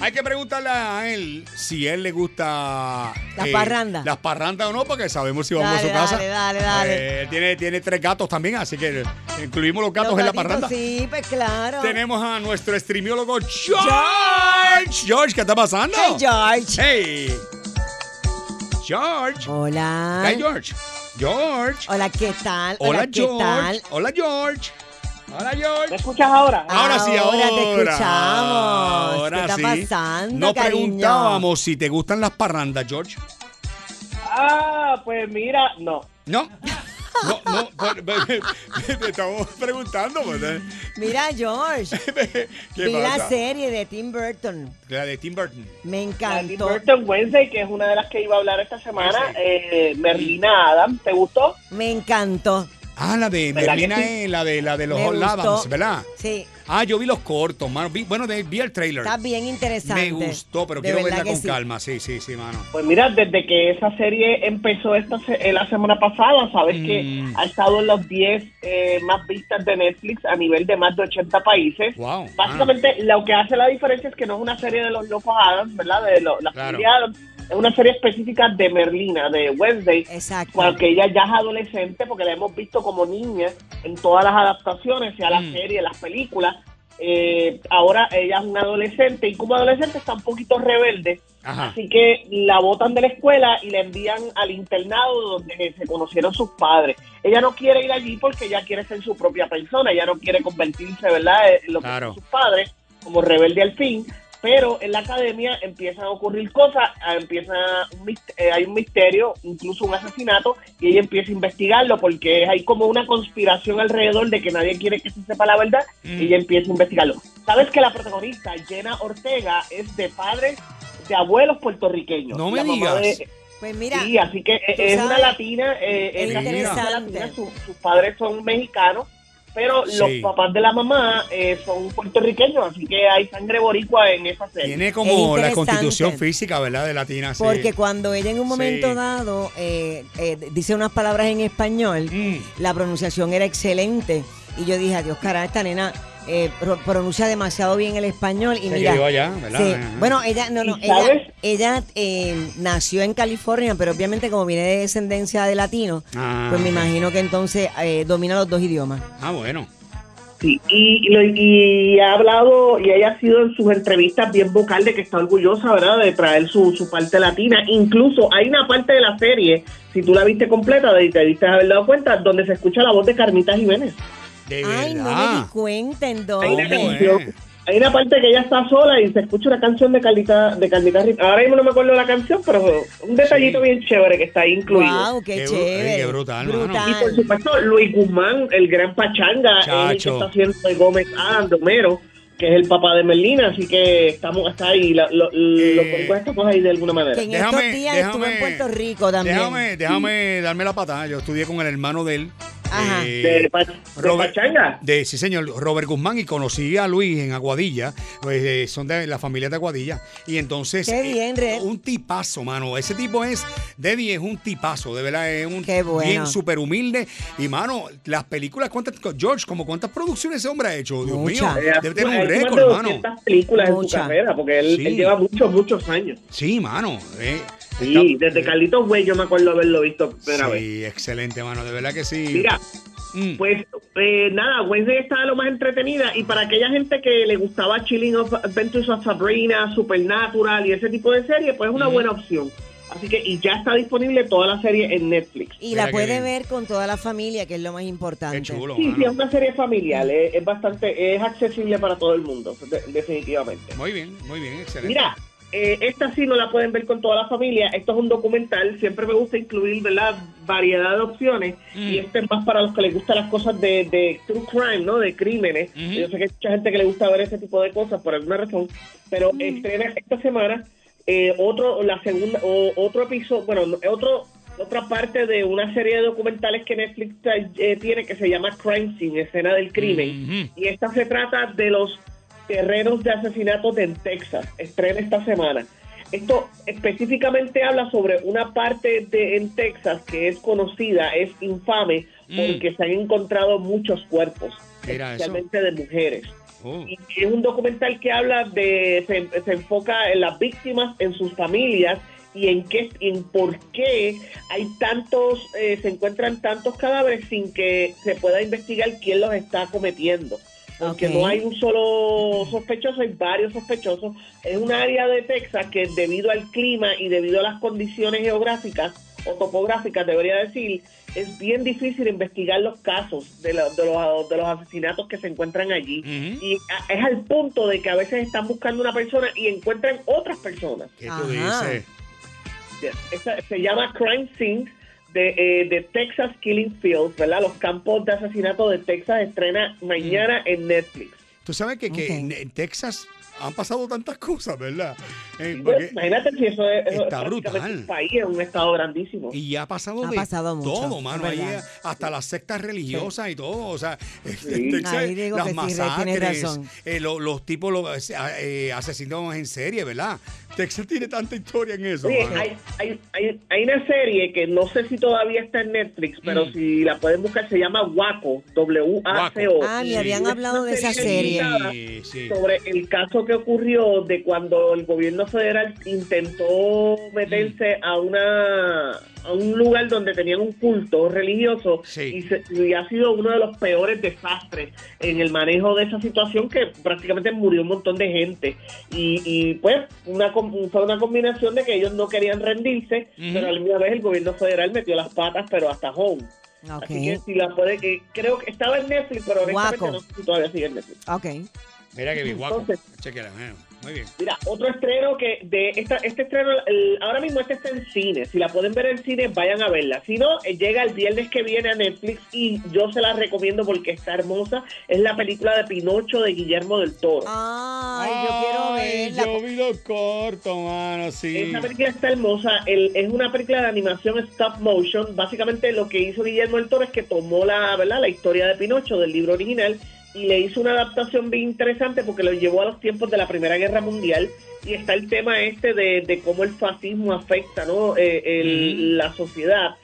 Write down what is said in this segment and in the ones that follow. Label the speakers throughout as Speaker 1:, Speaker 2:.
Speaker 1: Hay que preguntarle a él si él le gusta.
Speaker 2: Las
Speaker 1: eh,
Speaker 2: parrandas.
Speaker 1: Las parrandas o no, porque sabemos si vamos
Speaker 2: Dale,
Speaker 1: a su casa.
Speaker 2: dale, dale, dale.
Speaker 1: Eh, tiene, tiene tres gatos también, así que incluimos los gatos
Speaker 2: Los
Speaker 1: en la
Speaker 2: gatitos,
Speaker 1: parranda.
Speaker 2: Sí, pues claro.
Speaker 1: Tenemos a nuestro streamiólogo George. George, ¿qué está pasando?
Speaker 2: Hey, George.
Speaker 1: Hey. George.
Speaker 2: Hola.
Speaker 1: Hey, George. George.
Speaker 2: Hola, ¿qué tal?
Speaker 1: Hola,
Speaker 2: ¿qué
Speaker 1: George.
Speaker 2: tal?
Speaker 1: Hola, George. Hola, George.
Speaker 3: ¿Me escuchas ahora?
Speaker 1: Ahora sí, ahora.
Speaker 2: Ahora te escuchamos.
Speaker 1: Ahora
Speaker 2: ¿Qué está
Speaker 1: sí.
Speaker 2: pasando,
Speaker 1: No
Speaker 2: cariño?
Speaker 1: preguntábamos si te gustan las parrandas, George.
Speaker 3: Ah, pues mira, no.
Speaker 1: No. No, no, por- te estamos preguntando. pues, eh.
Speaker 2: Mira, George.
Speaker 1: ¿Qué
Speaker 2: vi la
Speaker 1: pasa?
Speaker 2: serie de Tim Burton.
Speaker 1: La de Tim Burton.
Speaker 2: Me
Speaker 3: La Tim
Speaker 2: encantó.
Speaker 3: Burton Wednesday, que es una de las que iba a hablar esta semana, eh, Merlina Adams, ¿te gustó?
Speaker 2: Me encantó.
Speaker 1: Ah, la de
Speaker 3: ¿Verdad que
Speaker 1: Merlina,
Speaker 3: sí?
Speaker 1: eh, la de la de los
Speaker 2: Me
Speaker 1: Hot
Speaker 2: gustó.
Speaker 1: Adams, ¿verdad?
Speaker 2: Sí,
Speaker 1: Ah, yo vi los cortos, mano. Vi- bueno, de- vi el trailer.
Speaker 2: está bien
Speaker 1: Me
Speaker 2: interesante.
Speaker 1: gustó, pero
Speaker 2: De
Speaker 1: quiero
Speaker 2: verdad
Speaker 1: verla
Speaker 2: que
Speaker 1: con
Speaker 2: sí.
Speaker 1: calma. Sí, sí, sí, mano.
Speaker 3: Pues mira, desde que esa serie empezó esta se- eh, la semana pasada, sabes que
Speaker 1: Mm.
Speaker 3: ha estado en los 10 eh, más vistas de Netflix a nivel de más de 80 países.
Speaker 1: Wow. mano.
Speaker 3: Básicamente, lo que hace la diferencia es que no es una serie de los locos Adams, ¿verdad? De lo- la
Speaker 1: Claro.
Speaker 3: familia Adams. Es una serie específica de Merlina, de Wednesday.
Speaker 2: Exacto.
Speaker 3: porque ella ya es adolescente, porque la hemos visto como niña en todas las adaptaciones, sea la
Speaker 1: Mm.
Speaker 3: serie, las películas. Eh, ahora ella es una adolescente y como adolescente está un poquito rebelde,
Speaker 1: Ajá.
Speaker 3: así que la botan de la escuela y la envían al internado donde se conocieron sus padres. Ella no quiere ir allí porque ella quiere ser su propia persona, ella no quiere convertirse, ¿verdad?, Eh, en lo que
Speaker 1: Claro.
Speaker 3: son sus padres, como rebelde al fin. Pero en la academia empiezan a ocurrir cosas, ah, empieza un mis- eh, hay un misterio, incluso un asesinato, y ella empieza a investigarlo porque hay como una conspiración alrededor de que nadie quiere que se sepa la verdad,
Speaker 1: Mm.
Speaker 3: y ella empieza a investigarlo. ¿Sabes que la protagonista, Jenna Ortega, es de padres, de abuelos puertorriqueños?
Speaker 1: No me
Speaker 3: La mamá
Speaker 1: digas.
Speaker 3: de-
Speaker 2: Pues mira,
Speaker 3: sí, así que eh,
Speaker 2: tú
Speaker 3: es
Speaker 2: sabes,
Speaker 3: una latina, eh,
Speaker 2: es
Speaker 3: es una
Speaker 2: interesante.
Speaker 3: latina, su- sus padres son mexicanos, pero los
Speaker 1: Sí.
Speaker 3: papás de la mamá eh, son puertorriqueños, así que hay sangre boricua en esa serie.
Speaker 1: Tiene
Speaker 2: Es
Speaker 1: como la
Speaker 2: interesante.
Speaker 1: constitución física, ¿verdad? De latina, sí.
Speaker 2: porque cuando ella en un momento
Speaker 1: Sí.
Speaker 2: dado eh, eh, dice unas palabras en español,
Speaker 1: Mm.
Speaker 2: la pronunciación era excelente. Y yo dije, adiós, cara, esta nena eh, pro- pronuncia demasiado bien el español. Y
Speaker 1: Se
Speaker 2: mira,
Speaker 1: crió allá, ¿verdad?
Speaker 2: Sí.
Speaker 1: Ajá.
Speaker 2: Bueno, ella, no, no,
Speaker 3: ¿Y
Speaker 2: ella,
Speaker 3: sabes?
Speaker 2: ella eh, nació en California, pero obviamente como viene de descendencia de latino,
Speaker 1: Ah.
Speaker 2: pues me imagino que entonces eh, domina los dos idiomas.
Speaker 1: Ah, bueno.
Speaker 3: Sí, y, y lo- y ha hablado, y ella ha sido en sus entrevistas bien vocal de que está orgullosa, ¿verdad?, de traer su, su parte latina. Incluso hay una parte de la serie, si tú la viste completa, de- te diste haber dado cuenta, donde se escucha la voz de Carmita Jiménez.
Speaker 1: De
Speaker 2: Ay, no me di
Speaker 1: verdad.
Speaker 2: cuenta en
Speaker 3: Hay una
Speaker 1: ¿Cómo
Speaker 2: dónde.
Speaker 1: es?
Speaker 3: canción. Hay una parte que ella está sola y se escucha una canción de Carlita, de Carlita Ri- Ahora mismo no me acuerdo la canción, pero un detallito
Speaker 1: Sí.
Speaker 3: bien chévere que está ahí incluido.
Speaker 2: Wow, qué,
Speaker 1: Qué bru-
Speaker 2: chévere.
Speaker 1: ay, qué brutal, mano.
Speaker 3: Y por supuesto, Luis Guzmán, el gran pachanga, es el que
Speaker 1: Chacho.
Speaker 3: está haciendo de Gómez Adam Romero, que es el papá de Merlina, así que estamos hasta ahí, la- lo-
Speaker 1: Eh.
Speaker 3: los cuerpos estamos ahí de alguna manera.
Speaker 2: Que en
Speaker 1: Déjame-
Speaker 2: estos días estuve
Speaker 1: déjame-
Speaker 2: en Puerto Rico también.
Speaker 1: Déjame, déjame darme la patada. Yo estudié con el hermano de él.
Speaker 2: Ajá.
Speaker 1: eh,
Speaker 3: De, pa- de
Speaker 1: Robert-
Speaker 3: pachanga.
Speaker 1: de- sí, señor, Robert Guzmán y conocí a Luis en Aguadilla, pues, eh, son de la familia de Aguadilla. Y entonces, eh,
Speaker 2: Qué bien, Red.
Speaker 1: un tipazo, mano. Ese tipo es, Debbie es un tipazo, de verdad, es un
Speaker 2: Qué bueno.
Speaker 1: bien súper humilde. Y mano, las películas, cuántas, George, como cuántas producciones ese hombre ha hecho, Dios
Speaker 2: Muchas.
Speaker 1: mío,
Speaker 3: Eh,
Speaker 1: debe
Speaker 3: ha
Speaker 1: tener
Speaker 3: hecho
Speaker 1: un
Speaker 3: más de
Speaker 1: récord, mano.
Speaker 3: 200 películas en su
Speaker 2: Mucha.
Speaker 3: carrera, porque él,
Speaker 1: Sí.
Speaker 3: él lleva muchos, muchos años.
Speaker 1: Sí, mano. eh,
Speaker 3: Sí,
Speaker 1: está-
Speaker 3: desde Carlitos Güey yo me acuerdo haberlo visto por primera vez.
Speaker 1: Sí, excelente, mano, de verdad que sí.
Speaker 3: Mira,
Speaker 1: Mm.
Speaker 3: Pues eh, nada, Wednesday estaba lo más entretenida y para aquella gente que le gustaba Chilling of Adventures of Sabrina, Supernatural y ese tipo de serie, pues es una buena opción. Así que y ya está disponible toda la serie en Netflix.
Speaker 2: Y
Speaker 1: Mira
Speaker 2: la
Speaker 1: qué
Speaker 2: puede
Speaker 1: bien.
Speaker 2: ver con toda la familia, que es lo más importante.
Speaker 1: Qué chulo,
Speaker 3: Sí,
Speaker 1: mano.
Speaker 3: sí, es una serie familiar, es, es bastante, es accesible para todo el mundo, de- definitivamente.
Speaker 1: Muy bien, muy bien, excelente.
Speaker 3: Mira, eh, esta sí no la pueden ver con toda la familia. Esto es un documental. Siempre me gusta incluir, ¿verdad? Variedad de opciones. Y este es más para los que les gustan las cosas de, de true crime, ¿no? De crímenes.
Speaker 1: Ujú.
Speaker 3: Yo sé que hay mucha gente que le gusta ver ese tipo de cosas por alguna razón. Pero estrena esta semana eh, otro, la segunda, o, otro episodio, bueno, no, otro otra parte de una serie de documentales que Netflix eh, tiene que se llama Crime Scene, escena del crimen.
Speaker 1: Ujú.
Speaker 3: Y esta se trata de los terrenos de asesinatos en Texas. Estrena esta semana. Esto específicamente habla sobre una parte de en Texas que es conocida, es infame,
Speaker 1: Mm.
Speaker 3: porque se han encontrado muchos cuerpos,
Speaker 1: Mira eso.
Speaker 3: especialmente de mujeres.
Speaker 1: Oh.
Speaker 3: Y es un documental que habla de, se, se enfoca en las víctimas, en sus familias y en qué, en por qué hay tantos, eh, se encuentran tantos cadáveres sin que se pueda investigar quién los está cometiendo. Porque
Speaker 2: Ok.
Speaker 3: no hay un solo sospechoso, hay varios sospechosos. Es un área de Texas que debido al clima y debido a las condiciones geográficas o topográficas, debería decir, es bien difícil investigar los casos de, la- de los, de los asesinatos que se encuentran allí.
Speaker 1: Ujú.
Speaker 3: Y a- es al punto de que a veces están buscando una persona y encuentran otras personas.
Speaker 1: ¿Qué tú
Speaker 2: Ajá.
Speaker 1: dices?
Speaker 3: Esa- se llama Crime Scenes de, eh, de Texas Killing Fields, ¿verdad? Los campos de asesinato de Texas estrena
Speaker 1: Mm.
Speaker 3: mañana en Netflix.
Speaker 1: Tú sabes que, que
Speaker 2: Ok.
Speaker 1: en, en Texas han pasado tantas cosas, ¿verdad? Eh,
Speaker 3: Y bueno,
Speaker 1: porque-
Speaker 3: imagínate si eso es, eso
Speaker 1: Está
Speaker 3: es prácticamente
Speaker 1: brutal.
Speaker 3: un país, es un estado grandísimo.
Speaker 1: y ya ha pasado
Speaker 2: Ha
Speaker 1: de
Speaker 2: pasado mucho,
Speaker 1: todo,
Speaker 2: es
Speaker 1: mano. Ahí
Speaker 2: verdad.
Speaker 1: hasta las sectas religiosas y todo. O sea,
Speaker 3: Sí.
Speaker 1: Texas,
Speaker 2: Ahí digo
Speaker 1: las
Speaker 2: que sí, Rey, tienes
Speaker 1: masacres,
Speaker 2: razón.
Speaker 1: eh, lo- los tipos los, eh, asesinos en serie, ¿verdad? Texas tiene tanta historia en eso.
Speaker 3: Oye,
Speaker 1: mano.
Speaker 3: hay, hay, hay, hay una serie que no sé si todavía está en Netflix, pero
Speaker 1: Mm.
Speaker 3: si la pueden buscar se llama Waco, W-A-C-O.
Speaker 2: Ah, me habían
Speaker 3: Es
Speaker 2: hablado
Speaker 3: una
Speaker 2: de esa serie.
Speaker 3: limitada
Speaker 1: Sí, sí.
Speaker 3: sobre el caso que ocurrió de cuando el gobierno federal intentó meterse
Speaker 1: Mm.
Speaker 3: a una a un lugar donde tenían un culto religioso
Speaker 1: Sí.
Speaker 3: y, se- y ha sido uno de los peores desastres en el manejo de esa situación que prácticamente murió un montón de gente y, y, pues una com- fue una combinación de que ellos no querían rendirse
Speaker 1: Ujú.
Speaker 3: pero a la misma vez el gobierno federal metió las patas pero hasta home
Speaker 2: Ok.
Speaker 3: así que si la puede que creo que estaba en Netflix pero honestamente
Speaker 2: Guaco.
Speaker 3: no sé si todavía sigue en Netflix
Speaker 2: Ok.
Speaker 1: Mira que bien guapo.
Speaker 3: Entonces-
Speaker 1: Chequela, mano. muy bien.
Speaker 3: Mira, otro estreno que de esta, este estreno, el- ahora mismo este está en cine. Si la pueden ver en cine, vayan a verla. Si no, eh, llega el viernes que viene a Netflix y yo se la recomiendo porque está hermosa. Es la película de Pinocho de Guillermo del Toro.
Speaker 2: Ay, yo
Speaker 1: Ay,
Speaker 2: quiero
Speaker 1: Yo
Speaker 2: verla.
Speaker 1: vi los cortos, mano, sí.
Speaker 3: Esta película está hermosa. El- es una película de animación stop motion. Básicamente lo que hizo Guillermo del Toro es que tomó la, ¿verdad? la historia de Pinocho del libro original y le hizo una adaptación bien interesante porque lo llevó a los tiempos de la Primera Guerra Mundial. Y está el tema este de, de cómo el fascismo afecta ¿no? Eh, el- la sociedad.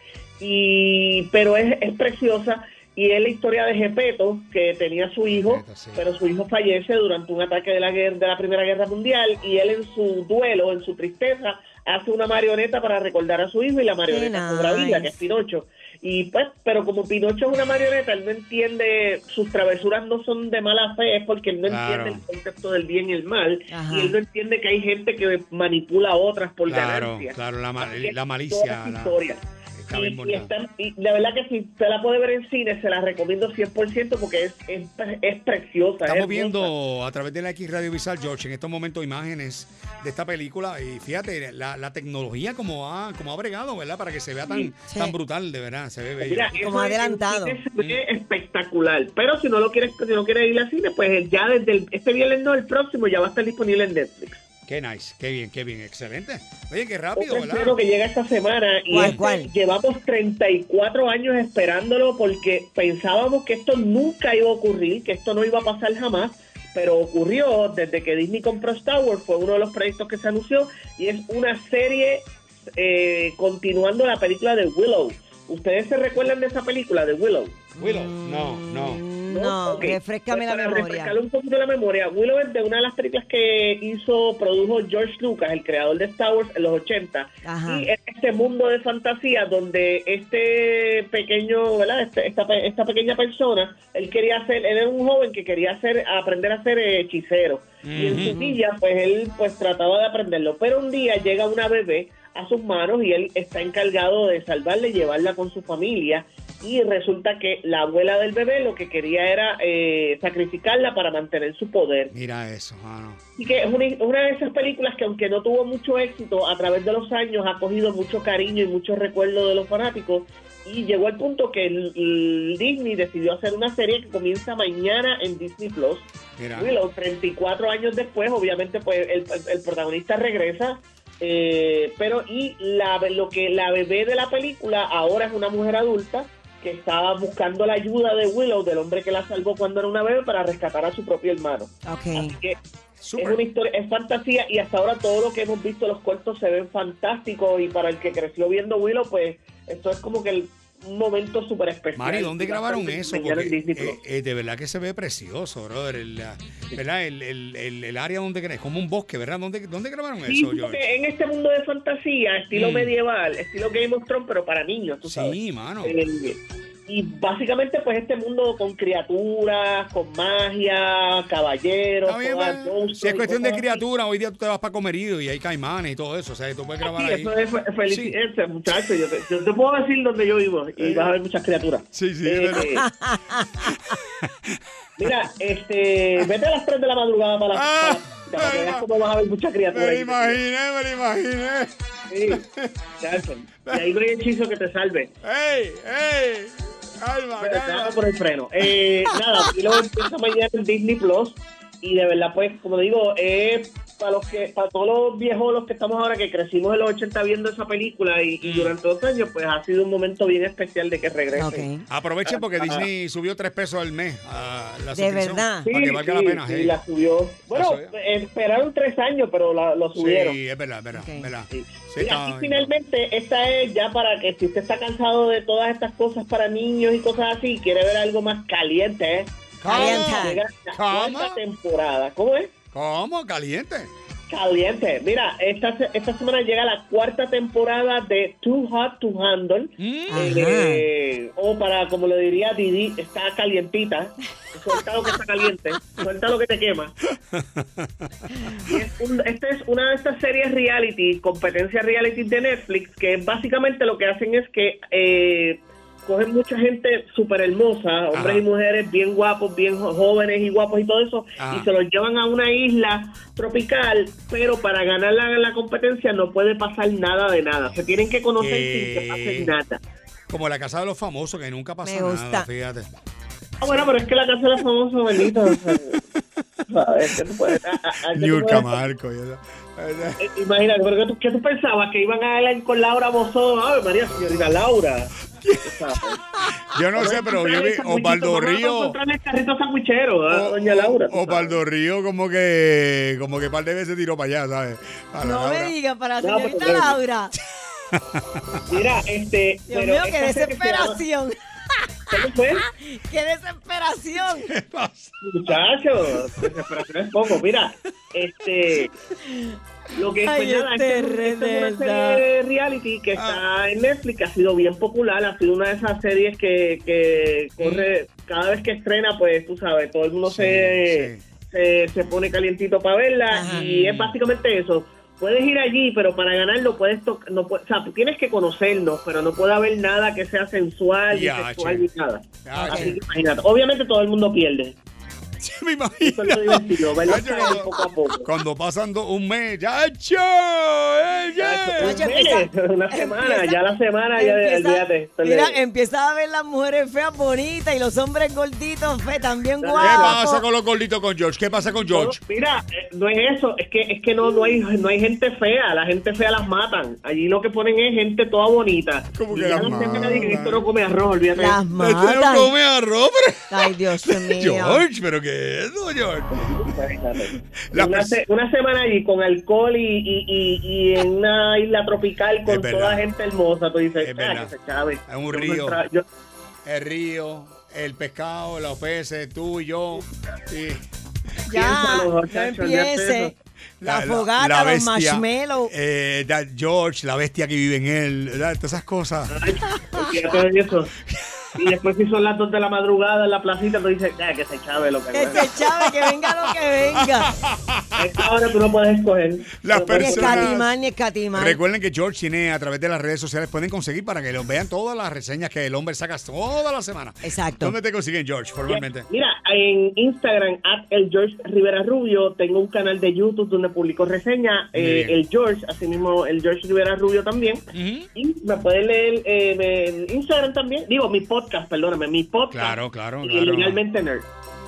Speaker 3: Y, pero es, es preciosa. Y es la historia de Gepetto, que tenía su hijo,
Speaker 1: Gepetto, sí.
Speaker 3: pero su hijo fallece durante un ataque de la, guer- de la Primera Guerra Mundial y él en su duelo, en su tristeza, hace una marioneta para recordar a su hijo y la marioneta
Speaker 2: Qué
Speaker 3: cobra vida,
Speaker 2: nice.
Speaker 3: que es Pinocho. Y pues, pero como Pinocho es una marioneta, él no entiende, sus travesuras no son de mala fe, es porque él no
Speaker 1: Claro.
Speaker 3: entiende el concepto del bien y el mal,
Speaker 2: Ajá.
Speaker 3: y él no entiende que hay gente que manipula a otras por
Speaker 1: Claro,
Speaker 3: ganancia.
Speaker 1: claro, la, ma-
Speaker 3: Así
Speaker 1: la
Speaker 3: que toda
Speaker 1: malicia.
Speaker 3: esa
Speaker 1: la-
Speaker 3: historia.
Speaker 1: está
Speaker 3: Y-
Speaker 1: bien
Speaker 3: y
Speaker 1: bonita.
Speaker 3: está- y la verdad que si usted la puede ver en cine, se la recomiendo 100% porque es, es, pre- es preciosa. es hermosa.
Speaker 1: Estamos viendo a través de la X Radio Visual, George, en estos momentos imágenes de esta película y fíjate la, la tecnología como ha, como ha bregado, ¿verdad? Para que se vea tan,
Speaker 2: Sí.
Speaker 1: tan brutal, de verdad, se ve bello.
Speaker 3: Mira,
Speaker 2: Y como
Speaker 3: eso en
Speaker 2: adelantado.
Speaker 3: cine se ve espectacular. Pero si no lo quieres, si no quieres ir al cine, pues ya desde el- este viernes no, el próximo ya va a estar disponible en Netflix.
Speaker 1: Qué nice, qué bien, qué bien, excelente. Oye, qué rápido,
Speaker 3: Otro
Speaker 1: ¿verdad?
Speaker 3: estreno que llega esta semana y
Speaker 2: ¿Cuál,
Speaker 3: este
Speaker 2: cuál?
Speaker 3: llevamos 34 años esperándolo porque pensábamos que esto nunca iba a ocurrir, que esto no iba a pasar jamás, pero ocurrió desde que Disney compró Star Wars, fue uno de los proyectos que se anunció y es una serie eh, continuando la película de Willow. ¿Ustedes se recuerdan de esa película de Willow?
Speaker 1: Willow, no, no.
Speaker 2: Mm, No,
Speaker 3: Ok.
Speaker 2: refrescame
Speaker 3: Pues
Speaker 2: la
Speaker 3: para
Speaker 2: memoria.
Speaker 3: refrescarle un poquito la memoria, Willow es de una de las películas que hizo, produjo George Lucas, el creador de Star Wars en los 80.
Speaker 2: Ajá.
Speaker 3: Y es este mundo de fantasía donde este pequeño, ¿verdad? Este- esta, pe- esta pequeña persona, él quería ser, él era un joven que quería hacer, aprender a ser eh, hechicero. Y en su
Speaker 1: Ujú.
Speaker 3: día, pues él pues trataba de aprenderlo. Pero un día llega una bebé a sus manos y él está encargado de salvarla y llevarla con su familia. Y resulta que la abuela del bebé lo que quería era eh, sacrificarla para mantener su poder.
Speaker 1: Mira eso, mano.
Speaker 3: Así que es una, una de esas películas que aunque no tuvo mucho éxito, a través de los años ha cogido mucho cariño y mucho recuerdo de los fanáticos. Y llegó al punto que el- el Disney decidió hacer una serie que comienza mañana en Disney Plus.
Speaker 1: Mira.
Speaker 3: Willow, 34 años después, obviamente, pues el, el protagonista regresa. eh, pero y la, lo que la bebé de la película ahora es una mujer adulta que estaba buscando la ayuda de Willow, del hombre que la salvó cuando era una bebé, para rescatar a su propio hermano. Así
Speaker 2: Ok.
Speaker 3: que es una
Speaker 1: Super.
Speaker 3: historia, es fantasía y hasta ahora todo lo que hemos visto, los cortos se ven fantásticos y para el que creció viendo Willow, pues esto es como que el- un momento súper especial.
Speaker 1: Mari, ¿dónde
Speaker 3: Y
Speaker 1: grabaron
Speaker 3: bastante
Speaker 1: eso?
Speaker 3: especial en
Speaker 1: Porque,
Speaker 3: Disney Plus.
Speaker 1: eh, eh, de verdad que se ve precioso, brother. El, la- ¿verdad? El, el- el- el área donde es como un bosque, ¿verdad? ¿Dónde, dónde grabaron
Speaker 3: Sí,
Speaker 1: eso,
Speaker 3: porque
Speaker 1: George?
Speaker 3: en este mundo de fantasía, estilo
Speaker 1: Mm.
Speaker 3: medieval, estilo Game of Thrones, pero para niños, tú sabes.
Speaker 1: Sí, mano.
Speaker 3: Eh, y básicamente, pues este mundo con criaturas, con magia, caballeros,
Speaker 1: Está bien,
Speaker 3: todas
Speaker 1: pues,
Speaker 3: monstruos
Speaker 1: si es
Speaker 3: y
Speaker 1: cuestión de
Speaker 3: cosas así.
Speaker 1: criatura, hoy día tú te vas para Comerido y hay caimanes y todo eso. O sea, tú puedes grabar
Speaker 3: Sí,
Speaker 1: ahí.
Speaker 3: eso es fe-
Speaker 1: Sí.
Speaker 3: felicidad, muchacho. Yo te, yo te puedo decir donde yo vivo y
Speaker 1: Eh.
Speaker 3: vas a ver muchas criaturas.
Speaker 1: Sí, sí,
Speaker 3: Eh,
Speaker 1: pero-
Speaker 3: Mira, este, vete a las 3 de la madrugada para,
Speaker 1: Ah,
Speaker 3: para, para que
Speaker 1: me
Speaker 3: veas
Speaker 1: ima-
Speaker 3: cómo vas a ver muchas criaturas.
Speaker 1: Me lo imaginé, me lo imaginé.
Speaker 3: Sí, chacho. Y ahí no hay hechizo que te salve.
Speaker 1: ¡Ey, ey! ¡Calma,
Speaker 3: Pero
Speaker 1: calma!
Speaker 3: estaba por el freno. Eh, nada, y luego empieza mañana en Disney Plus. Y de verdad, pues, como digo, es para los que, para todos los viejos los que estamos ahora que crecimos en los 80 viendo esa película y,
Speaker 1: Mm.
Speaker 3: y durante dos años, pues ha sido un momento bien especial de que regrese.
Speaker 2: Ok.
Speaker 1: Aprovechen
Speaker 3: Ah,
Speaker 1: porque Disney subió tres pesos al mes a la
Speaker 2: De
Speaker 1: suscripción,
Speaker 2: verdad.
Speaker 3: Sí,
Speaker 1: Para que valga
Speaker 3: sí,
Speaker 1: la pena.
Speaker 3: sí,
Speaker 1: hey.
Speaker 3: la subió. Bueno,
Speaker 1: subió.
Speaker 3: esperaron tres años, pero la, lo
Speaker 1: Sí,
Speaker 3: subieron.
Speaker 1: es verdad, es verdad,
Speaker 2: Ok.
Speaker 1: es verdad.
Speaker 3: Sí.
Speaker 1: Sí,
Speaker 3: Mira,
Speaker 1: está-
Speaker 3: y finalmente, esta es ya para que si usted está cansado de todas estas cosas para niños y cosas así y quiere ver algo más caliente, ¿eh?
Speaker 2: Caliente.
Speaker 1: ¿Cómo?
Speaker 3: Llega la
Speaker 1: ¿Cómo?
Speaker 3: cuarta temporada. ¿Cómo es?
Speaker 1: ¿Cómo? ¿Caliente?
Speaker 3: Caliente. Mira, esta, se- esta semana llega la cuarta temporada de Too Hot to Handle.
Speaker 1: Mm.
Speaker 2: Ajá.
Speaker 3: Eh, o para, como lo diría Didi, está calientita. Suelta lo que está caliente. Suelta lo que te quema. Y es un- esta es una de estas series reality, competencia reality de Netflix, que básicamente lo que hacen es que eh, cogen mucha gente súper hermosa, hombres
Speaker 1: Ajá.
Speaker 3: y mujeres bien guapos, bien jo- jóvenes y guapos y todo eso,
Speaker 1: Ajá.
Speaker 3: y se los llevan a una isla tropical, pero para ganar la, la competencia no puede pasar nada de nada. Se tienen que conocer sin que
Speaker 1: ¿Qué?
Speaker 3: pase nada.
Speaker 1: Como la casa de los famosos que nunca pasa
Speaker 2: Me gusta.
Speaker 1: nada, fíjate.
Speaker 3: Ah, bueno, pero es que la casa de los famosos, Benito. o sea, ¿sabes? ¿Qué tú puedes- a- a- a- Ah, qué tú
Speaker 1: Niurka
Speaker 3: puedes-
Speaker 1: Marco. y eso.
Speaker 3: Eh, Imagínate, pero ¿qué tú, qué tú pensabas? Que iban a hablar con Laura Bozón. Ay, María, señorita Laura. ¿Sabes?
Speaker 1: Yo no sé, pero yo vi
Speaker 3: Encontrarle el
Speaker 1: Osvaldo
Speaker 3: sandwichito, vamos a
Speaker 1: Río.
Speaker 3: encontrarle el carrito sandwichero a
Speaker 1: O-
Speaker 3: ah, doña Laura.
Speaker 1: o- Osvaldo Río como que como que un par de veces tiró para allá, ¿sabes? A la
Speaker 4: No me
Speaker 1: Laura.
Speaker 4: digas, para la
Speaker 3: No,
Speaker 4: señorita
Speaker 3: porque-
Speaker 4: Laura.
Speaker 3: Mira, este.
Speaker 4: Dios
Speaker 3: pero
Speaker 4: mío, qué
Speaker 3: esta serie que se llama-
Speaker 4: desesperación.
Speaker 3: ¿Cómo fue?
Speaker 4: Qué desesperación.
Speaker 1: ¿Qué pasa?
Speaker 3: Muchachos, desesperación es poco. Mira, este. Lo que
Speaker 4: Ay,
Speaker 3: pues, nada,
Speaker 4: este
Speaker 3: esta
Speaker 4: re
Speaker 3: es una- esta es una
Speaker 4: verdad.
Speaker 3: serie de reality que está
Speaker 1: Ah.
Speaker 3: en Netflix, que ha sido bien popular, ha sido una de esas series que, que corre, cada vez que estrena, pues tú sabes, todo el mundo
Speaker 1: Sí,
Speaker 3: se,
Speaker 1: sí.
Speaker 3: se, se pone calientito para verla
Speaker 2: Ajá.
Speaker 3: y es básicamente eso. Puedes ir allí, pero para ganarlo puedes toc- no pu- o sea, tienes que conocernos, pero no puede haber nada que sea sensual ni
Speaker 1: Ya,
Speaker 3: sexual
Speaker 1: che.
Speaker 3: ni nada.
Speaker 1: Ah,
Speaker 3: Así
Speaker 1: sí.
Speaker 3: que imagínate, obviamente todo el mundo pierde.
Speaker 1: Sí, me
Speaker 3: Eso es lo
Speaker 1: imagino.
Speaker 3: divertido, verlo
Speaker 1: Nacho,
Speaker 3: caer poco a poco.
Speaker 1: Cuando pasando un mes, ya hecho. ¡Eh, ya!
Speaker 3: Ya, eso, un mes, una semana, ya la semana, ya
Speaker 4: Empieza-
Speaker 3: olvídate. se
Speaker 4: mira, em-
Speaker 3: le-
Speaker 4: empieza a ver las mujeres feas bonitas y los hombres gorditos feos también
Speaker 3: ¿Qué
Speaker 1: ¿Qué
Speaker 4: guapos.
Speaker 1: pasa con los gorditos con George? ¿Qué pasa con George?
Speaker 3: Mira, eh, no es eso, es que es que no no hay no hay gente fea, la gente fea las matan. Allí lo que ponen es gente toda bonita.
Speaker 1: ¿Cómo que
Speaker 3: Y ya
Speaker 1: las
Speaker 3: la semana
Speaker 1: matan?
Speaker 3: de que Cristo no come arroz, olvídate.
Speaker 2: Las
Speaker 1: Este no
Speaker 2: matan.
Speaker 1: come arroz, pero-
Speaker 2: Ay, Dios mío.
Speaker 1: George, pero qué es eso, George. Las
Speaker 3: Una,
Speaker 1: pers-
Speaker 3: se- una semana allí con alcohol y, y, y, y en una isla tropical con
Speaker 1: Es verdad.
Speaker 3: toda gente hermosa, tú dices,
Speaker 1: Es
Speaker 3: "Ah,
Speaker 1: verdad.
Speaker 3: que se chave".
Speaker 1: Es un
Speaker 3: Yo no
Speaker 1: río.
Speaker 3: entra- yo-
Speaker 1: el río, el pescado, los peces, tú y yo. Y
Speaker 4: Ya,
Speaker 3: Piénsalo,
Speaker 4: no
Speaker 3: muchacho, olvídate
Speaker 4: empiece.
Speaker 3: eso.
Speaker 4: La, fogata, los marshmallows.
Speaker 1: eh, da- George, la bestia que vive en él, ¿verdad? todas esas cosas.
Speaker 3: Olvídate de eso. Y después si son las 2 de la madrugada en la placita, tú dices, "Ah, que se chave lo que
Speaker 4: Que
Speaker 3: venga".
Speaker 4: se chave, que venga lo que venga.
Speaker 3: Ahora tú no puedes escoger.
Speaker 1: Las
Speaker 3: No
Speaker 2: Ni
Speaker 3: puedes-
Speaker 1: personas-
Speaker 2: escatimar, ni escatimar.
Speaker 1: Recuerden que George tiene a través de las redes sociales, pueden conseguir para que los vean todas las reseñas que el hombre saca toda la semana.
Speaker 2: Exacto.
Speaker 1: ¿Dónde te consiguen, George, formalmente?
Speaker 3: Mira, en Instagram, at el George Rivera Rubio, tengo un canal de YouTube donde publico reseñas,
Speaker 1: Muy
Speaker 3: eh,
Speaker 1: bien.
Speaker 3: el George, así mismo el George Rivera Rubio también.
Speaker 1: Ujú.
Speaker 3: Y me pueden leer eh, me- en Instagram también, digo, mi podcast, perdóname, mi podcast.
Speaker 1: Claro, claro,
Speaker 3: y
Speaker 1: claro.
Speaker 3: Legalmente Nerd.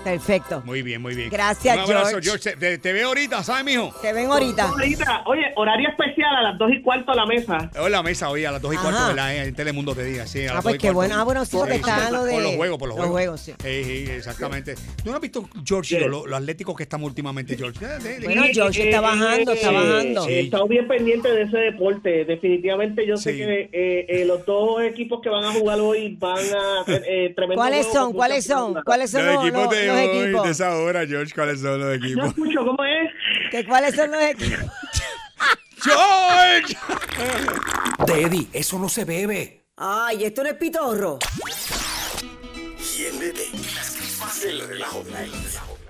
Speaker 2: Perfecto.
Speaker 1: Muy bien, muy bien.
Speaker 2: Gracias,
Speaker 1: Un abrazo,
Speaker 2: George.
Speaker 1: George. Te, te veo ahorita, ¿sabes, mijo?
Speaker 2: Te ven ahorita.
Speaker 3: Ahorita, Oye, horario especial a las dos y cuarto a la mesa.
Speaker 1: Hoy la mesa hoy a las 2 y
Speaker 2: Ajá.
Speaker 1: cuarto, ¿verdad? En Telemundo te diga, sí. a las
Speaker 2: Ah,
Speaker 1: dos
Speaker 2: pues
Speaker 1: y
Speaker 2: qué
Speaker 1: cuarto.
Speaker 2: bueno. Ah, bueno, sí, porque
Speaker 1: Por-
Speaker 2: está lo de-
Speaker 1: Por los juegos, por los
Speaker 2: los
Speaker 1: juegos.
Speaker 2: juegos, sí.
Speaker 1: Sí, sí, exactamente. ¿Tú no has visto, George,
Speaker 3: Sí.
Speaker 1: lo, lo atlético que estamos últimamente, George? Eh, de- de-
Speaker 2: Bueno, George está bajando, está
Speaker 3: Sí,
Speaker 2: bajando.
Speaker 3: He estado bien pendiente de ese deporte. Definitivamente yo sé
Speaker 1: Sí.
Speaker 3: que eh, eh, los dos equipos que van a jugar hoy van a hacer eh, tremendo
Speaker 2: ¿Cuáles
Speaker 3: juego
Speaker 2: son?
Speaker 3: con
Speaker 2: ¿Cuáles
Speaker 3: mucha
Speaker 2: son?
Speaker 3: figura.
Speaker 2: ¿Cuáles son
Speaker 1: los
Speaker 2: los,
Speaker 1: equipos
Speaker 2: los-
Speaker 1: de
Speaker 2: los
Speaker 1: hoy, de
Speaker 2: equipos?
Speaker 1: esa hora, George, ¿cuáles son los
Speaker 3: No
Speaker 1: equipos?
Speaker 3: escucho, ¿cómo es?
Speaker 2: ¿Que ¿Cuáles son los equipos?
Speaker 1: ¡George!
Speaker 5: Teddy, eso no se bebe.
Speaker 4: Ay, esto no es pitorro.
Speaker 6: Las chispas del relajo. del relajo.